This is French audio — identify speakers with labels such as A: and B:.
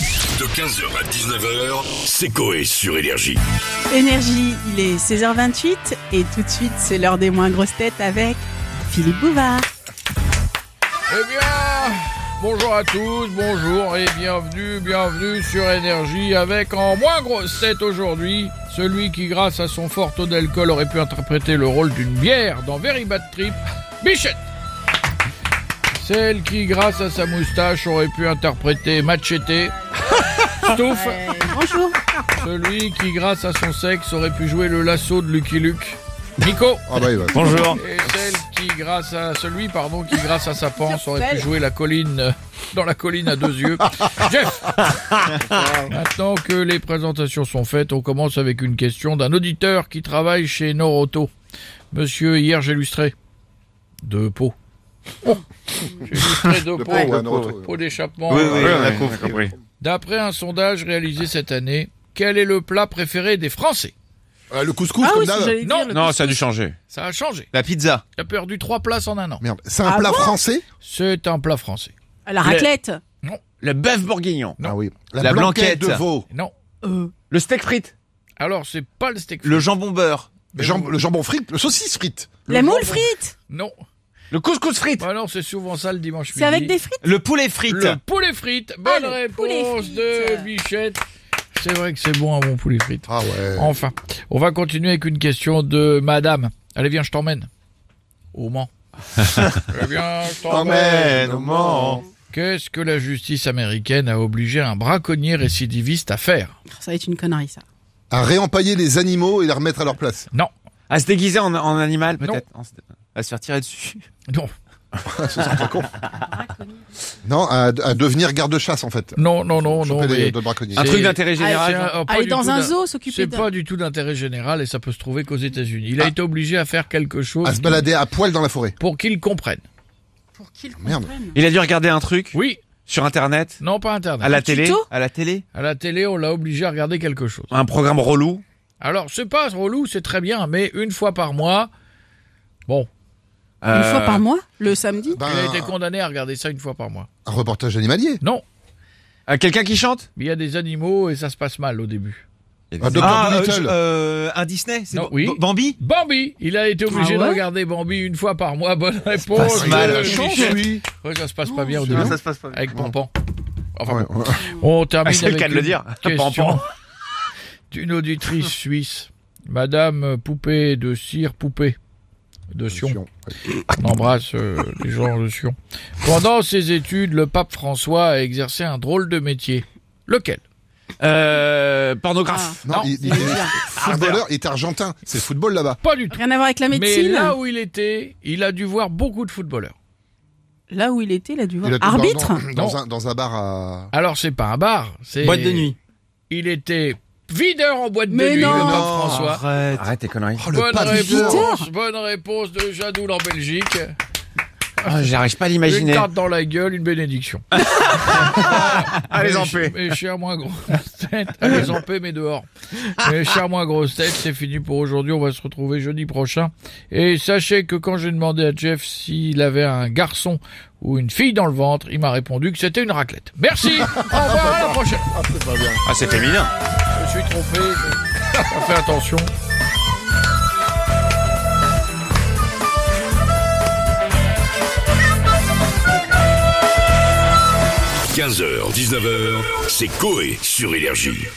A: De 15h à 19h, c'est Coé sur Énergie.
B: Énergie, il est 16h28 et tout de suite c'est l'heure des moins grosses têtes avec Philippe Bouvard.
C: Eh bien, bonjour à tous, bonjour et bienvenue, bienvenue sur Énergie avec en moins grosse tête aujourd'hui, celui qui grâce à son fort taux d'alcool aurait pu interpréter le rôle d'une bière dans Very Bad Trip, Bichette. Celle qui grâce à sa moustache aurait pu interpréter Machete, Stouff.
B: Bonjour.
C: Celui qui, grâce à son sexe, aurait pu jouer le lasso de Lucky Luke. Nico
D: Ah bah, il va.
E: Bonjour.
C: Et celle qui, grâce à celui, pardon, qui, grâce à sa panse, aurait pu
B: Belle.
C: jouer la colline euh, dans la colline à deux yeux. Jeff Maintenant que les présentations sont faites, on commence avec une question d'un auditeur qui travaille chez Noroto. Monsieur, hier j'illustrais. De peau. Oh. J'illustrais de, peau.
D: ouais, Noroto,
C: peau,
D: ouais.
C: d'échappement.
E: Oui,
C: euh,
E: oui, on a compris.
C: D'après un sondage réalisé cette année, quel est le plat préféré des Français
D: Ah, le couscous,
B: ah
D: comme
B: oui, si
D: d'hab.
B: j'allais dire
C: Non,
B: le-
E: Non, ça a dû changer.
C: Ça a changé.
E: La pizza.
C: Il a perdu trois places en un an.
D: Merde. C'est un
B: Ah
D: plat
B: bon
D: français
C: C'est un plat français.
B: la raclette.
E: Le bœuf bourguignon.
C: Non.
D: Ah oui.
E: La blanquette.
D: de veau.
C: Non.
B: Euh,
E: Le steak frites.
C: Alors, c'est pas le steak.
E: Le jambon beurre.
D: Le jambon, le jambon frites, le saucisse frites.
B: la moule frite.
C: Non.
E: Le couscous frites.
C: Bah non, c'est souvent ça le dimanche midi.
B: C'est avec des frites.
E: Le poulet frites.
C: Le poulet frites. Bonne
B: Ah, le poulet
C: réponse
B: frites.
C: de Bichette. C'est vrai que c'est bon un bon poulet frites.
D: Ah ouais.
C: Enfin, on va continuer avec une question de madame. Allez, viens, je t'emmène. Au Mans. Allez, viens, je t'emmène.
E: Emmène au Mans.
C: Qu'est-ce que la justice américaine a obligé un braconnier récidiviste à faire
B: Ça va être une connerie ça.
D: À réempailler les animaux et les remettre à leur place.
C: Non.
E: À se déguiser en, en animal,
C: Non.
E: peut-être. En se- À se faire tirer dessus.
C: Non.
D: Non, à, à devenir garde-chasse, en fait.
C: Non, non, non, non.
D: Choper les-
C: mais
D: d'autres braconniers.
E: Un
C: C'est-
E: truc d'intérêt
B: Ah,
C: c'est
E: général. genre.
C: un- pas
B: Aller
C: du
B: dans
C: tout
B: un
C: d'un-
B: zoo s'occuper
C: C'est
B: d'un.
C: pas du tout d'intérêt général et ça peut se trouver qu'aux États-Unis. Il a été obligé à faire quelque chose
D: À se balader à poil dans la forêt.
C: pour qu'ils comprennent.
B: Pour qu'ils
D: Merde.
B: comprennent.
E: Il a dû regarder un truc
C: Oui,
E: sur internet.
C: non pas internet.
E: À la télé.
B: tuto
E: À la télé.
C: À la télé, on l'a obligé à regarder quelque chose.
E: Un programme relou.
C: Alors, c'est pas relou, c'est très bien, mais une fois par mois, bon,
B: Une
E: Euh,
B: fois par mois, le samedi.
D: Ben,
C: il a été
D: un,
C: condamné à regarder ça une fois par mois.
D: un reportage animalier.
C: Non,
E: euh, Quelqu'un qui chante
C: mais il y a des animaux et ça se passe mal au début.
D: Un Dr.
E: euh,
D: Dolittle.
E: je- euh, un Disney c'est
C: Non,
E: Ba-
C: oui.
E: Ba- Bambi
C: Bambi, il a été obligé
B: Ah ouais
C: de regarder Bambi une fois par mois. Bonne réponse.
E: passe mal.
C: de
E: Chance,
C: Michel. Ouais, ça se passe pas bien au début.
E: se passe pas
C: Avec Pampan. Enfin,
D: Ouais,
C: bon.
D: ouais.
C: on termine
E: C'est le
C: avec
E: cas de le
C: une-
E: dire.
C: question
E: Pampan.
C: d'une auditrice suisse, Madame Poupée de Cire Poupée de Sion.
D: Attention.
C: On embrasse euh, les gens de Sion. Pendant ses études, le pape François a exercé un drôle de métier. Lequel
E: Euh, pornographe.
D: Non,
C: Non,
D: il, il
B: c'est
D: est
B: bizarre.
D: footballeur, il est argentin. C'est football là-bas.
C: Pas du tout.
B: Rien à voir avec la
C: Mais
B: médecine.
C: là où il était, il a dû voir beaucoup de footballeurs.
B: Là où il était, il a dû voir.
D: Il a tout
B: Arbitre.
D: dans- Dans, dans un, dans un bar à.
C: Alors c'est pas un bar, c'est
E: Ah. Boîte de nuit.
C: Il était videur en boîte de
B: Mais
C: nuit, le
B: non.
C: pape François.
E: Arrête. Arrête tes conneries.
D: Oh, le
C: Bonne
D: pape
B: videur.
C: réponse, bonne réponse de Jadoul en Belgique.
E: Oh, J'arrive pas à
C: Une
E: l'imaginer.
C: carte dans la gueule, une bénédiction.
E: Allez
C: Mes
E: en
C: ch-
E: paix.
C: Mes chers moins grosses têtes, allez en paix, mais dehors. Mes chers moins grosses têtes, c'est fini pour aujourd'hui. On va se retrouver jeudi prochain. Et sachez que quand j'ai demandé à Jeff s'il avait un garçon ou une fille dans le ventre, il m'a répondu que c'était une raclette. Merci. Au revoir. À la prochaine.
E: Ah, c'est féminin.
C: Je me suis trompé. mais- Fais attention.
A: heures, 19h, c'est Coé sur Énergie.